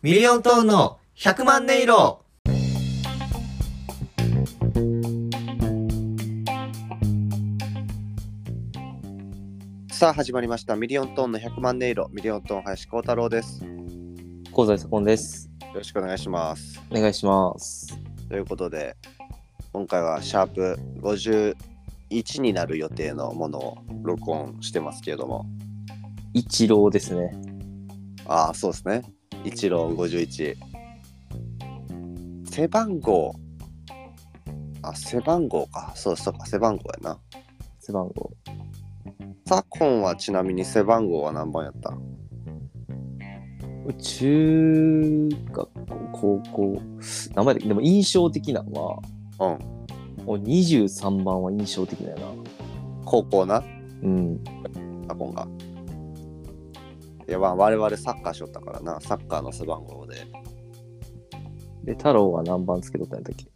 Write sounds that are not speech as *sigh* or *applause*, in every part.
ミリオントーンの100万音色さあ始まりましたミリオントーンの100万音色ミリオントーン林光太郎ですよ香西左近です。ろしくお願いしますお願いします。ということで今回はシャープ51になる予定のものを録音してますけれども一郎ですね。ああそうですね一郎51背番号あ背番号かそうそうか背番号やな背番号。左近はちなみに背番号は何番やった中学校、高校。名前で、でも印象的なのは、うん俺23番は印象的だよな。高校なうん。左近がいやまあ我々サッカーしよったからなサッカーの背番号でで、太郎は何番つけとったんだっけ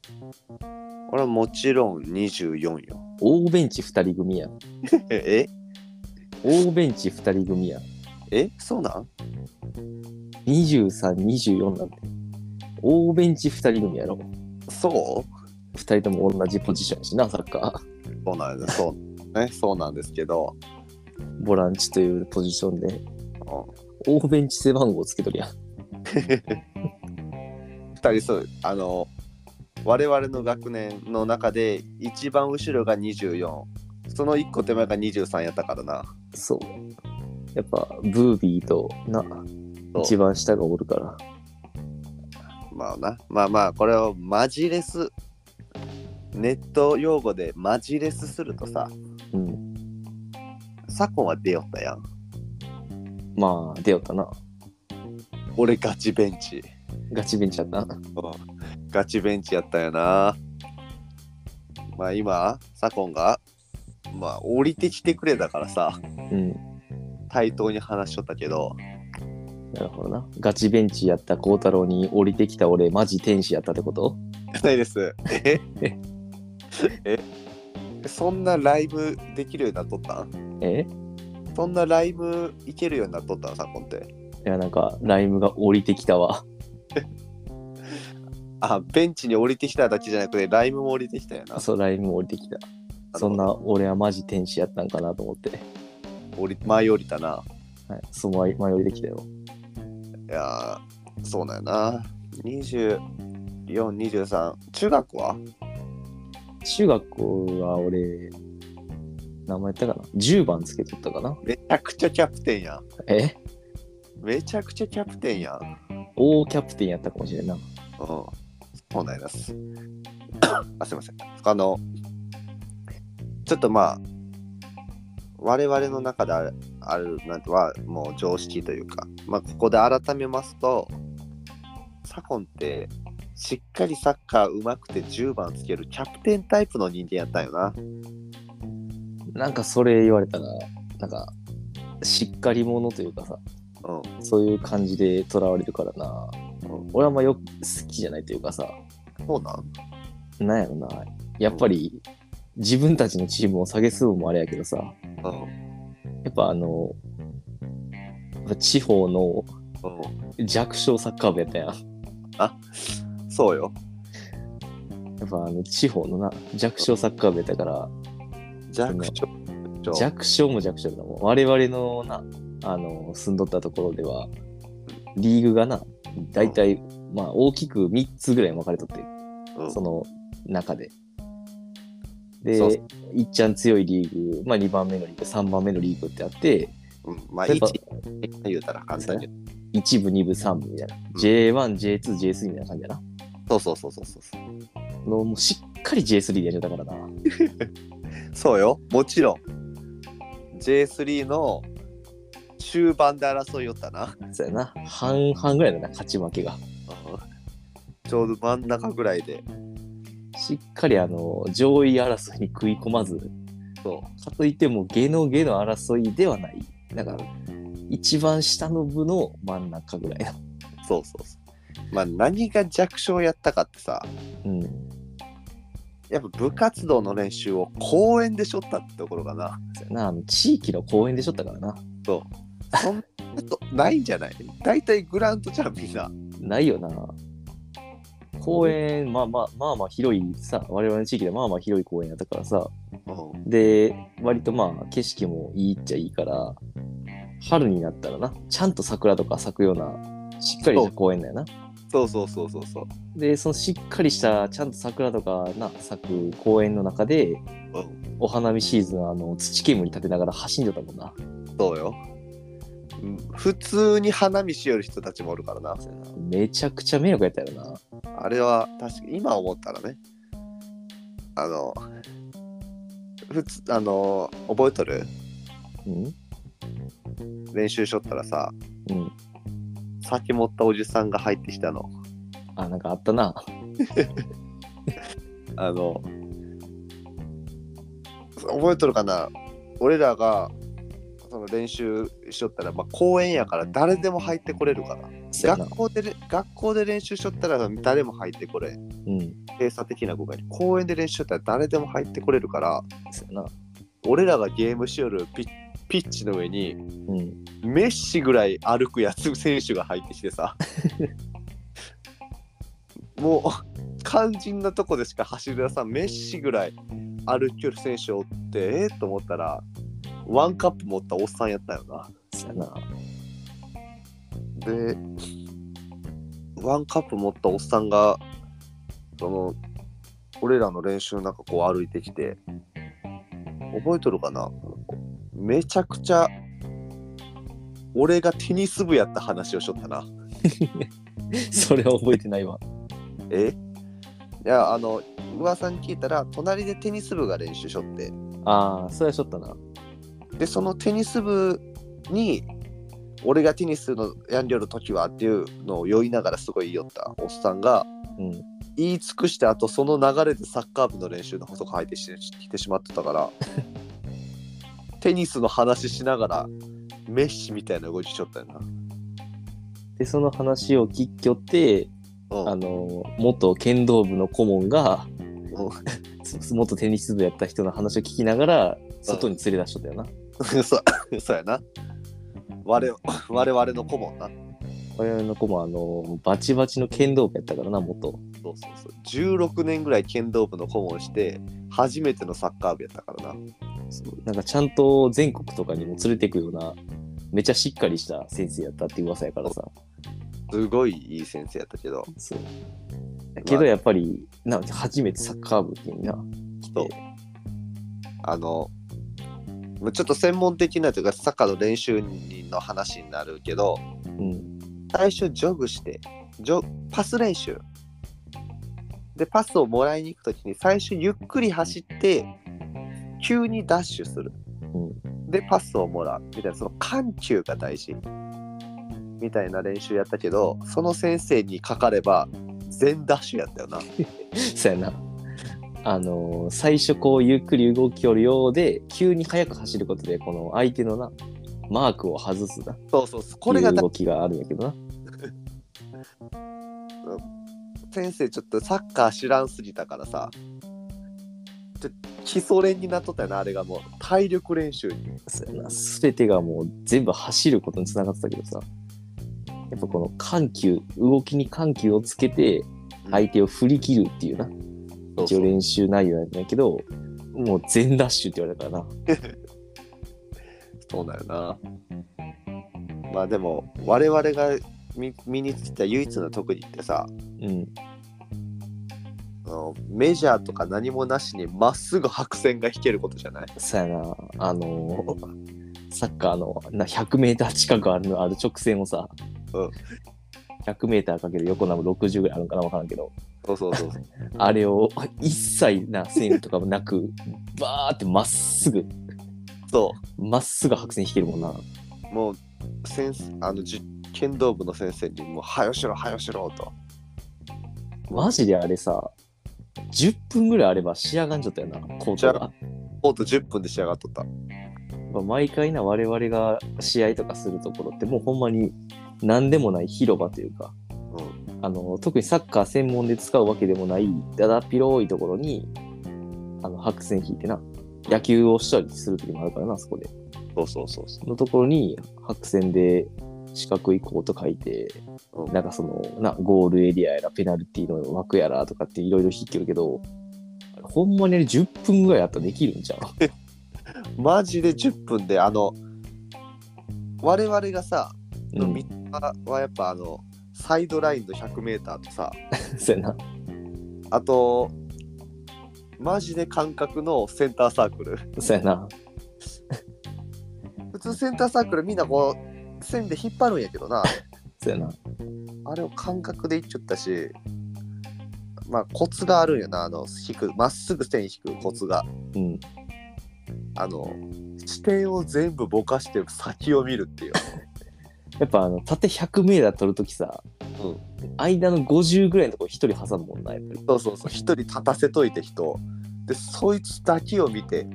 俺はもちろん24よ。大ベンチ2人組や。え大ベンチ2人組や。えそうなん23、24なんて。大ベンチ2人組やろ。そう2人とも同じポジションやしな、サッカそうなんです。そうね、そうなんですけど、ー。ボランチというポジションで。うん、大ベンチ背番号つけとるやん。 2人そうあの我々の学年の中で一番後ろが24その1個手前が23やったからなそう。やっぱ、ブービーと、な、そう一番下がおるから。まあなまあまあこれをマジレスネット用語でマジレスするとさうん。左近は出よったやんまあ、出よったな。俺ガチベンチガチベンチやったな。うんガチベンチやったよな。まあ今、左近が、まあ降りてきてくれだからさ、うん。対等に話しとったけど、なるほどな。ガチベンチやった孝太郎に降りてきた俺、マジ天使やったってことないです。ええそんなライブできるようになっとったんえそんなライブ行けるようになっとったん左近って。いや、なんか、ライムが降りてきたわ。あ、ベンチに降りてきただけじゃなくて、ライブも降りてきたよな。そう、ライムも降りてきた。そんな俺はマジ天使やったんかなと思って。降り、前降りたな。はい。その前、前降りてきたよ。いやー、そうだよな。24、23。中学は中学校は俺、名前言ったかな ?10 番つけとったかなめちゃくちゃキャプテンやん。えめちゃくちゃキャプテンやん。うん。大キャプテンやったかもしれんな。そうなんです。 *coughs* あ、すいません。あの、ちょっとまあ、我々の中である、あるなんては、もう常識というか、まあ、ここで改めますと、左近って、しっかりサッカー上手くて10番つけるキャプテンタイプの人間やったんよな。なんかそれ言われたら、なんか、しっかり者というかさ、うん。そういう感じで囚われるからな。俺はあんまよく好きじゃないというかさ、そうなんなんやろな。やっぱり、自分たちのチームを下げすのもあれやけどさ、うん。やっぱあの、やっぱ地方のう弱小サッカー部やったやん。ん。そうよ。やっぱあの地方のな、弱小サッカー部やったから、弱小。弱小も弱小だもん。我々のな、あの、住んどったところでは、リーグがな、大体、まあ、大きく3つぐらい分かれとって、うんその中で。でそう、いっちゃん強いリーグ、まあ、2番目のリーグ、3番目のリーグってあって、うん、まあ、例えば一言うたら簡単に。 1部、2部、3部みたいな。J1、J2、J3 みたいな感じやな。そうそうそうそうそう。のもうしっかり J3 でやれたからな。そうよ、もちろん。J3 の中盤で争いよったな。 *laughs* そうやな。半々ぐらいだな、勝ち負けが。ちょうど真ん中ぐらいで。しっかりあの、上位争いに食い込まず、そかといっても下の下の争いではない。だから、一番下の部の真ん中ぐらいな。うそうそうそう。まあ、何が弱小やったかってさ、うん。やっぱ部活動の練習を公園でしょったってところかな。そうやな、あの地域の公園でしょったからな。そう。そんなことないんじゃない大体グラウンドじゃん、みんな。ないよな。公園、まあまあ、まあまあ広いさ、我々の地域でまあまあ広い公園やったからさ、うんで、割とまあ景色もいいっちゃいいから、春になったらな、ちゃんと桜とか咲くような、しっかりした公園だよな。そうそうそうそうそう。で、そのしっかりした、ちゃんと桜とかな、咲く公園の中で、うんお花見シーズン、あの、土煙立てながら走んじゃったもんな。そうよ。うん普通に花見しよる人たちもおるからな。めちゃくちゃ迷惑やったよな。あれは確か今思ったらね。あの、普通、あの、覚えとるうん練習しとったらさ、うん。酒持ったおじさんが入ってきたの。あ、なんかあったな。あの、覚えとるかな俺らがその練習しとったら、まあ、公園やから誰でも入ってこれるから。そうやな学校でれ学校で練習しとったら誰も入ってこれん。うん。閉鎖的な誤解に。公園で練習しとったら誰でも入ってこれるから、そうやな。俺らがゲームしよるピッピッチの上にうん。メッシぐらい歩くやつ選手が入ってきてさもう肝心なとこでしか走るさメッシぐらい歩きよる選手おってえー、と思ったらワンカップ持ったおっさんやったよなそうやな。 *laughs* でワンカップ持ったおっさんがその俺らの練習の中こう歩いてきて覚えとるかなめちゃくちゃ俺がテニス部やった話をしとったなそれは覚えてないわ。えいやあの噂に聞いたら隣でテニス部が練習しとってああ、それはちょっとな。でそのテニス部に俺がテニスのやんりょる時はっていうのを酔いながらすごい言いよったおっさんがうん。言い尽くした後その流れでサッカー部の練習の細く入ってしてきてしまってたからテニスの話しながらメッシみたいな動きしちゃったよな、で、その話を聞きよって、うんあの、元剣道部の顧問が、 *laughs* う元テニス部やった人の話を聞きながら、外に連れ出しとったよな。 *laughs* そうそうやな我我々の顧問な我々の子も、あの、バチバチの剣道部やったからな、元。そうそうそう16年ぐらい剣道部の顧問して初めてのサッカー部やったからなそうなんかちゃんと全国とかにも連れてくような、めちゃしっかりした先生やったっていう噂やからさ。すごいいい先生やったけどそう。けどやっぱり、な初めてサッカー部にな、来そうて。あのまあちょっと専門的なというかサッカーの練習にの話になるけどうん。 *laughs* 最初ジョグしてジョパス練習でパスをもらいに行く時に最初ゆっくり走って急にダッシュする、でパスをもらうみたいなその緩急が大事みたいな練習やったけどその先生にかかれば全ダッシュやったよなそうやな。あのー最初こうゆっくり動きよるようで、急に速く走ることで、この相手のな、マークを外すな、そうそうそうここれれががだ動きがあるんやけどな。先生ちょっとサッカー知らんすぎたからさちょ基礎練になっとったよなあれがもう体力練習にそうやな。すべてがもう全部走ることにつながってたけどさ。やっぱこの緩急、動きに緩急をつけて、相手を振り切るっていうな、そう一そう応練習内容やったんやけど、もう全ダッシュって言われたからな。そうだよな。まあでも我々が身身につけた唯一の特技ってさうん。あのメジャーとか何もなしにまっすぐ白線が引けることじゃないそうやな、あのーサッカーのな100メーター近くあるある直線をさ、うん100メーターかける横なも60ぐらいあるんかなわからんけど、そうそうそうそうあれを一切な線とかもなく、バーってまっすぐ、 *laughs* そまっすぐ白線引けるもんな。うもう先生あのじ剣道部の先生にもう「はよしろはよしろ」とマジであれさ、10分ぐらいあれば仕上がんじゃったよな、コートが。コート10分で仕上がっとったまあ毎回な我々が試合とかするところってもうほんまに何でもない広場というか、あの特にサッカー専門で使うわけでもないだだっ広いところにあの白線引いてな野球をしたりする時もあるからなそこでそうそうそうそのところに白線で四角いコート書いて、うんなんかそのなゴールエリアやらペナルティの枠やらとかっていろいろ引きるけどあれほんまにあれ10分ぐらいあったらできるんじゃんマジで10分であの我々がさ、うのん三田はやっぱあのサイドラインの 100m とさそうやなあとマジで感覚のセンターサークルそうやな普通センターサークルみんなこう線で引っ張るんやけどなそうやなあれを感覚でいっちゃったしまあコツがあるんよなあの引くまっすぐ線引くコツがうんあの視点を全部ぼかして先を見るっていうやっぱあの縦 100m 取るときさ、間の50ぐらいのところ一人挟むもんなやっぱりそうそうそう一人立たせといて人でそいつだけを見て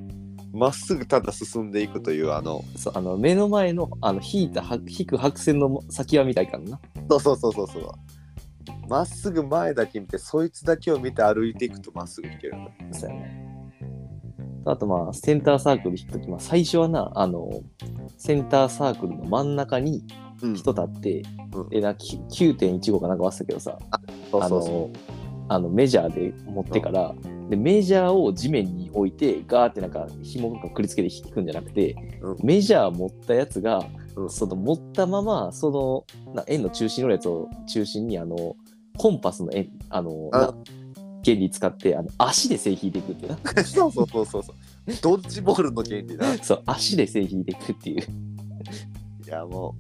まっすぐただ進んでいくというあのそうあの目の前のあの引いたは引く白線の先は見たいからなそうそうそうそうそう。まっすぐ前だけ見て、そいつだけを見て歩いていくとまっすぐ行けるんだ。そうやね。あとまあセンターサークル引くとき、まあ、最初はなあのセンターサークルの真ん中にうん人立って、うんでなき9.15かなんか忘れたけどさそうそうそあのあのメジャーで持ってから、でメジャーを地面に置いてガーってなんか紐とかくりつけて引くんじゃなくて、うんメジャー持ったやつが、うんその持ったままそのな円の中心のやつを中心にあのコンパスの円あのあな原理使ってあの足で線引いていくっていうなう。そうそうそうそうそう。ドッジボールの原理だ。いそう足で線引いてい *laughs* くっていうやも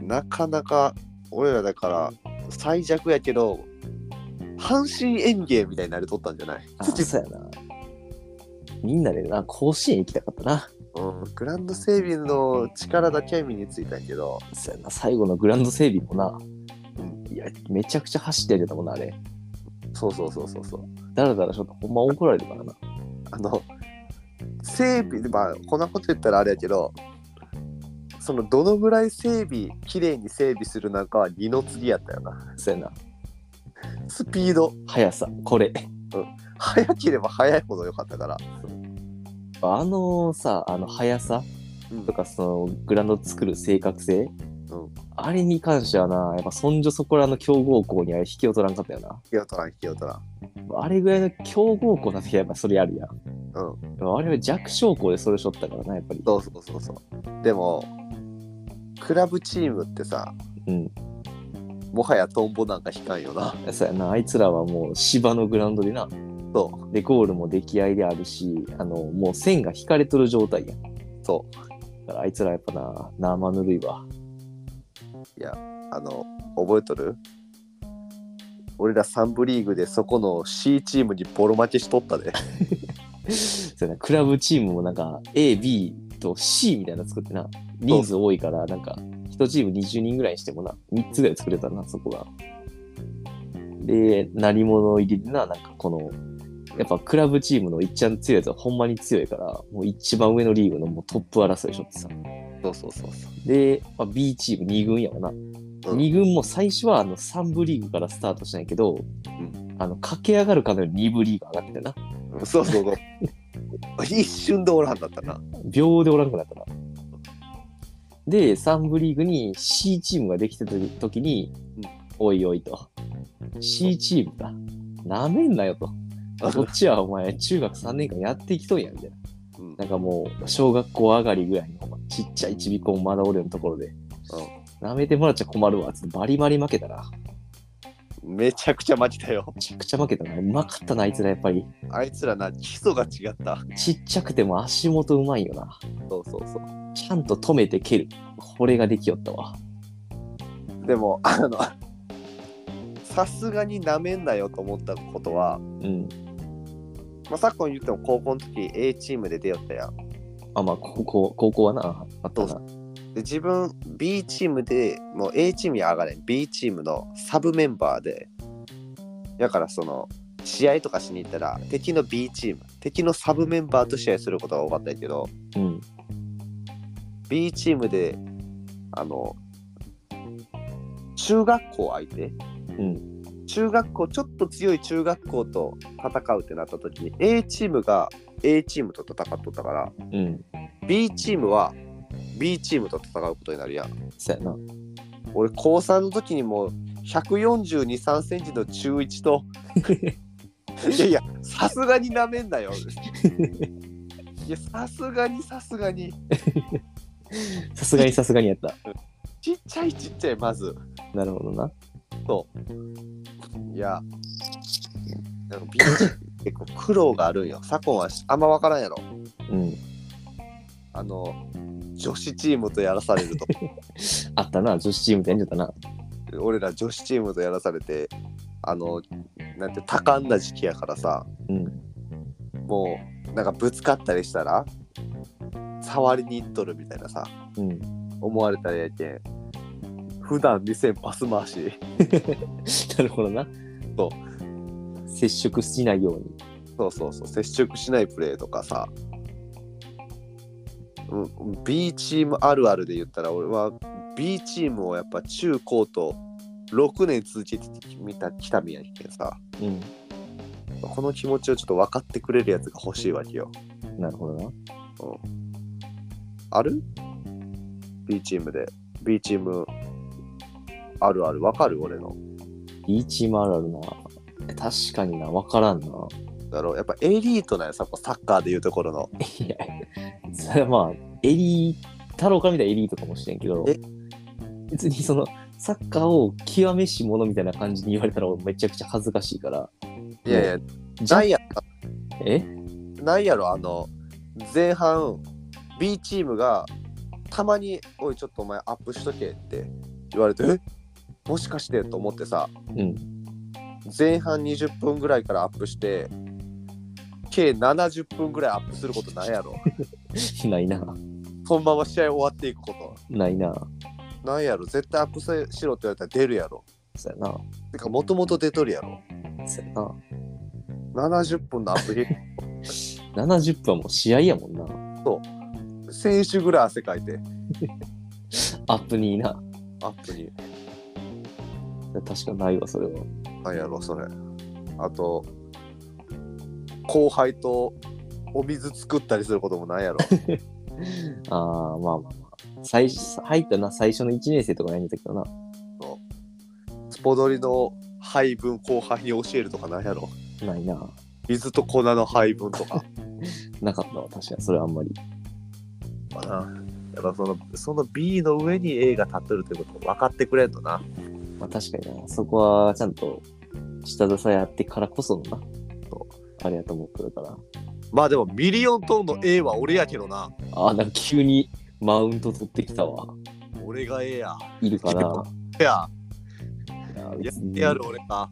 う、なかなか俺らだから最弱やけど、阪神園芸みたいになりとったんじゃないあそうやなみんなでな甲子園行きたかったなうん、グランド整備の力だけは身についたんやけど、そうやな最後のグラウンド整備もな、うんいやめちゃくちゃ走ってるだもんなあれそうそうそうそうそう。だらだらちょっとほんま怒られるからなあの、整備、まあ、こんなこと言ったらあれやけど、そのどのぐらい整備、綺麗に整備するのかは二の次やったよな。そうやなスピード、速さこれ速ければ速いほど良かったから。あのさあの速さうんとかそのグラウンド作る正確性、うんあれに関してはなやっぱそんじょそこらの強豪校には引きを取らんかったよな引きを取らん、引きを取らん。あれぐらいの強豪校な時はやっぱそれあるやんうん、あれは弱小校でそれしょったからなやっぱりそうそうそうそう。でも、クラブチームってさ、うんもはやトンボなんか引かんよな。そうやなあいつらはもう芝のグラウンドでなそでゴールも出来合いであるしあのもう線が引かれとる状態やんそだからあいつらやっぱな生ぬるいわう。あの、覚えとる俺ら3部リーグでそこの C チームにボロ負けしとったで。そうやなクラブチームもなんか AB と C みたいなの作ってな人数多いからなんか1チーム20人ぐらいにしてもな3つぐらい作れたなそこがで鳴り物入りでななんかこのやっぱクラブチームのいっちゃん強いやつはほんまに強いからもう一番上のリーグのもうトップ争いしょってさそうそうそうそう。で、まあ、B チーム2軍やわな、2軍も最初はあの3部リーグからスタートしたんやけど、んあの駆け上がるかのように2部リーグ上がってたなそうそうそう。一瞬でおらんだったな。秒でおらんくなったな。で、3部リーグに C チームができてた時に、うんおいおいと。C チームだ。なめんなよ *laughs* と。こっちはお前、中学3年間やってきとんや、みたいうな。んなんかもう、小学校上がりぐらいの、ちっちゃいちびこまだおるようなところで、なめてもらっちゃ困るわ、つってバリバリ負けたな。めちゃくちゃ負けたよ。めちゃくちゃ負けたな。うまかったな、あいつらやっぱり。あいつらな、基礎が違った。ちっちゃくても足元うまいよな。そうそうそう。ちゃんと止めて蹴る。これができよったわ。でも、あの、さすがになめんなよと思ったことは、うん。まあ、昨今言っても高校の時 A チームで出よったやん。あ、まあ、高校、高校はな、あったそな。で、自分 B チームで、もう A チームに上がれん。B チームのサブメンバーで、だからその、試合とかしに行ったら、敵の B チーム、敵のサブメンバーと試合することが多かったんやけど、うん。 B チームであの中学校相手うん。中学校ちょっと強い中学校と戦うってなった時に A チームが A チームと戦っとったからうん。 B チームは B チームと戦うことになるやんそうやな。俺高3の時にもう142、3センチの中1と *laughs* いやいやさすがになめんなよいやさすがにさすがにさすがにさすがにやった。ちっちゃいちっちゃいまずなるほどな。いやなんかビーチ結構苦労があるんよ左近はあんま分からんやろうん。あの女子チームとやらされるとあったな、女子チームでやんじゃったな。俺ら女子チームとやらされてあのなんて多感な時期やからさうん。もうなんかぶつかったりしたら触りに行っとるみたいなさうん。 *laughs* 思われたらやけん普段見せんパス回しなるほどな。そ接触しないように。そうそうそう接触しないプレーとかさ、うん、B チームあるあるで言ったら俺は B チームをやっぱ中高と6年続けてきたきたみやけんさうん。この気持ちをちょっと分かってくれるやつが欲しいわけよなるほどな。ある ?B チームで B チームあるある分かる俺のリーチもあるあるな。確かにな、わからんな。だろうやっぱエリートなんやさこうサッカーでいうところのいや、それは *laughs* まあ、エリー、太郎から見たらエリートかもしれんけどえ、別にその、サッカーを極めし者みたいな感じに言われたら俺めちゃくちゃ恥ずかしいから。いやいやじゃないやえないやろあの前半 B チームがたまに「おいちょっとお前アップしとけ」って言われて「えもしかして?」と思ってさうん。 *laughs* 前半20分ぐらいからアップして計70分ぐらいアップすることないやろないな。そのまま試合終わっていくこないな。とないやろ絶対アップせしろって言われたら出るやろそうやてかもともと出とるやろな。そうやな。 70分のアップで70分はもう試合やもんな。 *laughs* 選手ぐらい汗かいてアップにいな。アップに確かないわ、それは。なんやろそれあと後輩とお水作ったりすることも *laughs* ないやろああ、まあまあまあ。最初、入ったな、最初の1年生とかやんだけどな。スポドリの配分後輩に教えるとかないやろないな。水と粉の配分とかなかったわ、確かに。それはあんまり。まあなやっぱそのその B の上に A が立ってるってこと分かってくれんのなまあ確かにな。そこはちゃんと下支えあってからこそのな。とあれやと思ってるから。まあでもミリオントーンの A は俺やけどなああ、なんか急にマウント取ってきたわ。俺が A やいるかな。いやいやや別っにてやる俺か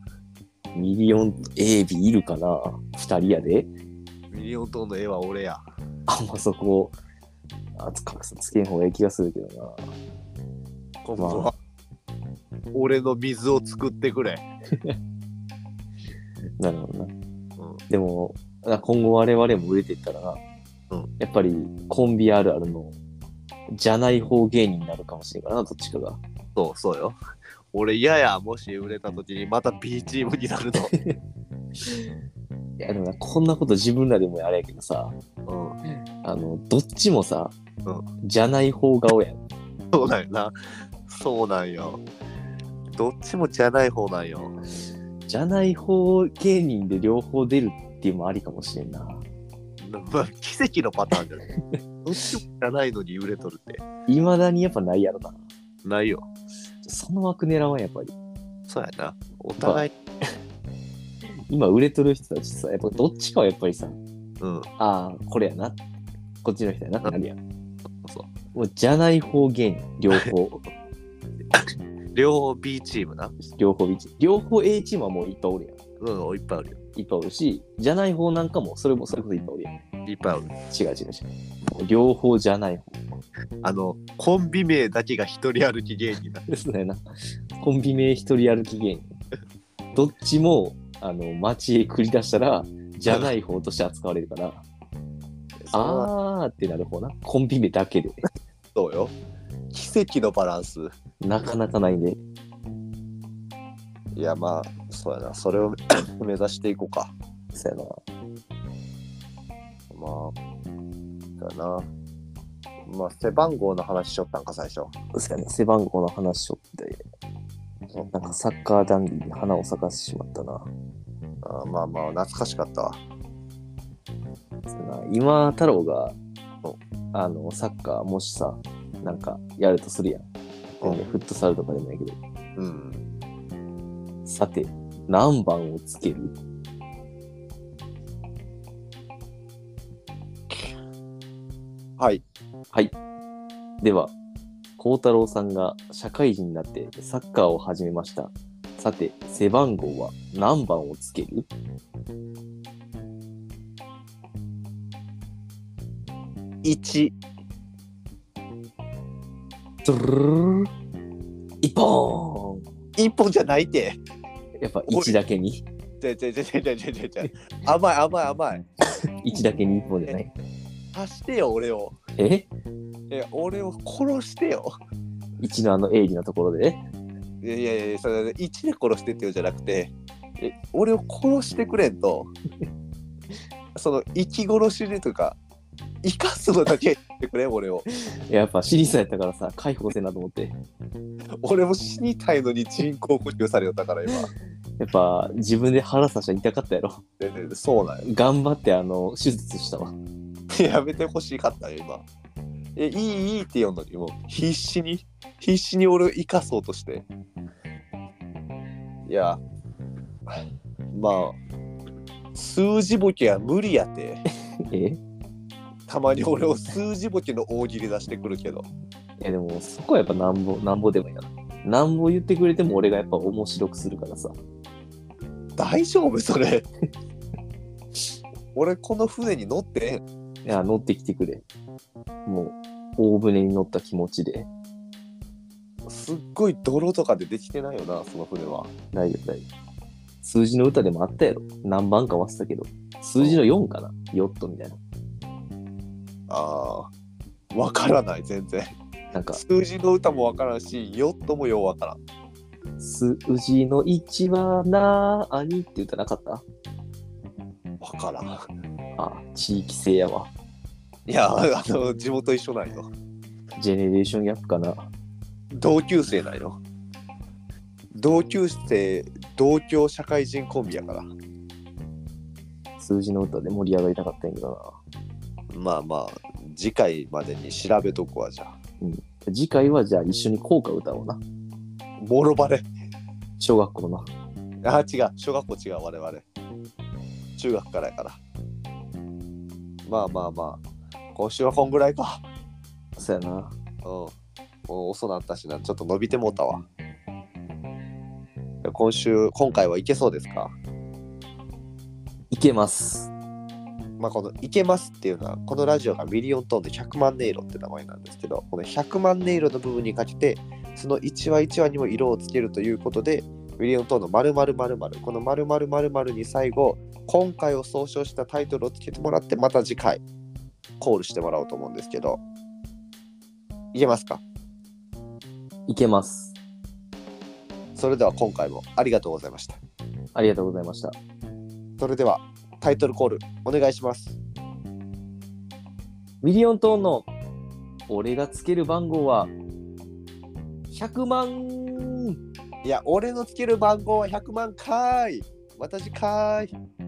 ミリオン AB いるかな。二人やで。ミリオントーンの A は俺やあんまそこ、あつ格差つけん方がいい気がするけどな。今度は俺の水を作ってくれなるほどな。うんでも、あ今後我々も売れていったらな、うんやっぱりコンビあるあるの、じゃない方芸人になるかもしれんからな、どっちかが。そうそうよ。俺嫌や、もし売れた時にまた B チームになるの。いや、でもな、こんなこと自分らでもあれやけどさ、うん、あの、どっちもさ、うじゃない方顔やん。そうだよな。そうなんよ。どっちもじゃない方なんよ。じゃない方芸人で両方出るっていうのもありかもしれんな。まあ、奇跡のパターンじゃない。どっちもじゃないのに売れとるって。いまだにやっぱないやろな。ないよ。その枠狙わん、やっぱり。そうやな。お互い。今売れとる人たちさ、やっぱどっちかはやっぱりさ、うん。ああ、これやな。こっちの人やなってなるやん。そもう、じゃない方芸人、両方。う。両方 B チームな。両方 B チーム両方 A チームはもういっぱいおるやん。うん、いっぱいあるよ。いっぱいおるし、じゃない方なんかも、それもそれこそいっぱいおるやん。違いっぱいある。う違う違う。もう両方じゃない方。あの、コンビ名だけが一人歩き芸人だ。ですねな。コンビ名一人歩き芸人。どっちも、あの、街へ繰り出したら、じゃない方として扱われるから、あ。あーってなる方な。コンビ名だけで。そうよ。奇跡のバランス。なかなかないね。いや、まあ、そうやな。それを *coughs* 目指していこうか。そうやな。まあ、だな。まあ、背番号の話しちょったんか、最初。確かに背番号の話をって、そうなんかサッカー談義に花を咲かしてしまったな。あまあまあ、懐かしかったわ。そうやな今、太郎がそ、あの、サッカーもしさ、なんかやるとするやん。うでん。フットサルとかでもやけど、うん、さて、何番をつけるはい。はい。では、孝太郎さんが社会人になってサッカーを始めました。さて、背番号は何番をつける1。ドゥルルルル一本1本じゃないって。やっぱ1だけに、ちょいちょいちょいちょいちょいちょいちょい。甘い甘い甘い。 1だけに1本じゃない。足してよ、俺を。ええ、俺を殺してよ。 ?1 のあの鋭利なところで、いやいやいや、それ1で殺してっていうんじゃなくて、え俺を殺してくれんと、その、生き殺しでとか、生かすのだけやってくれん、俺を。やっぱシリーズやったからさ、解放せんなと思って。俺も死にたいのに人工呼吸されよったから、 *laughs* 今。やっぱ自分で腹刺したら痛かったやろ。でででそうなんよ頑張ってあの、手術したわ。 *laughs* やめてほしかったよ、今。え、いい、いいって言うのに、もう、必死に、必死に俺を生かそうとして。いや、まあ、数字ボケは無理やて。えたまに俺を数字ボケの大喜利出してくるけど。いやでもそこはやっぱなんぼ、なんぼでもいいな。なんぼ言ってくれても俺がやっぱ面白くするからさ。大丈夫そ *laughs* れ。俺、この船に乗ってへん。いや、乗ってきてくれ。もう、大船に乗った気持ちで。すっごい泥とかでできてないよな、その船は。大丈夫、大丈夫。数字の歌でもあったやろ。何番か忘れたけど。数字の4かなヨットみたいな。ああ、わからない、全然。なんか、数字の歌もわからんし、ヨットもようわからん。数字の1は何って歌なかったわからん。あ、地域性やわ。いや、あの、地元一緒なんよ。ジェネレーションギャップかな。同級生なんよ。同級生、同郷社会人コンビやから。数字の歌で盛り上がりたかったんやけどまあまあ、次回までに調べとこはじゃあ。な。次回はじゃあ一緒に効果歌おうな。もろバレ。小学校のな。あ、違う。小学校違う、我々。中学からやから。まあまあまあ、今週はこんぐらいか。そうやな。うん。もう遅なったしな、ちょっと伸びてもうたわ。今週、今回はいけそうですかいけます。まあ、この「いけます」っていうのはこのラジオがミリオントーンで100万音色って名前なんですけどこの100万音色の部分にかけてその1話1話にも色をつけるということでミリオントーンの〇〇〇〇この〇〇〇〇に最後今回を総称したタイトルをつけてもらってまた次回コールしてもらおうと思うんですけどいけますかいけます。それでは今回もありがとうございましたありがとうございました。それではタイトルコールお願いしますミリオントーンの俺がつける番号は100万いや俺のつける番号は100万かーい私かーい